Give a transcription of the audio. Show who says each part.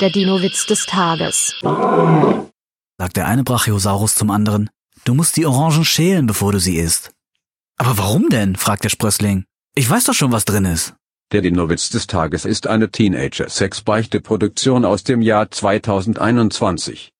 Speaker 1: Der Dino-Witz des Tages.
Speaker 2: sagt der eine Brachiosaurus zum anderen. Du musst die Orangen schälen, bevor du sie isst. Aber warum denn? fragt der Sprössling. Ich weiß doch schon, was drin ist.
Speaker 3: Der Dinowitz des Tages ist eine Teenager-Sex-Beichte-Produktion aus dem Jahr 2021.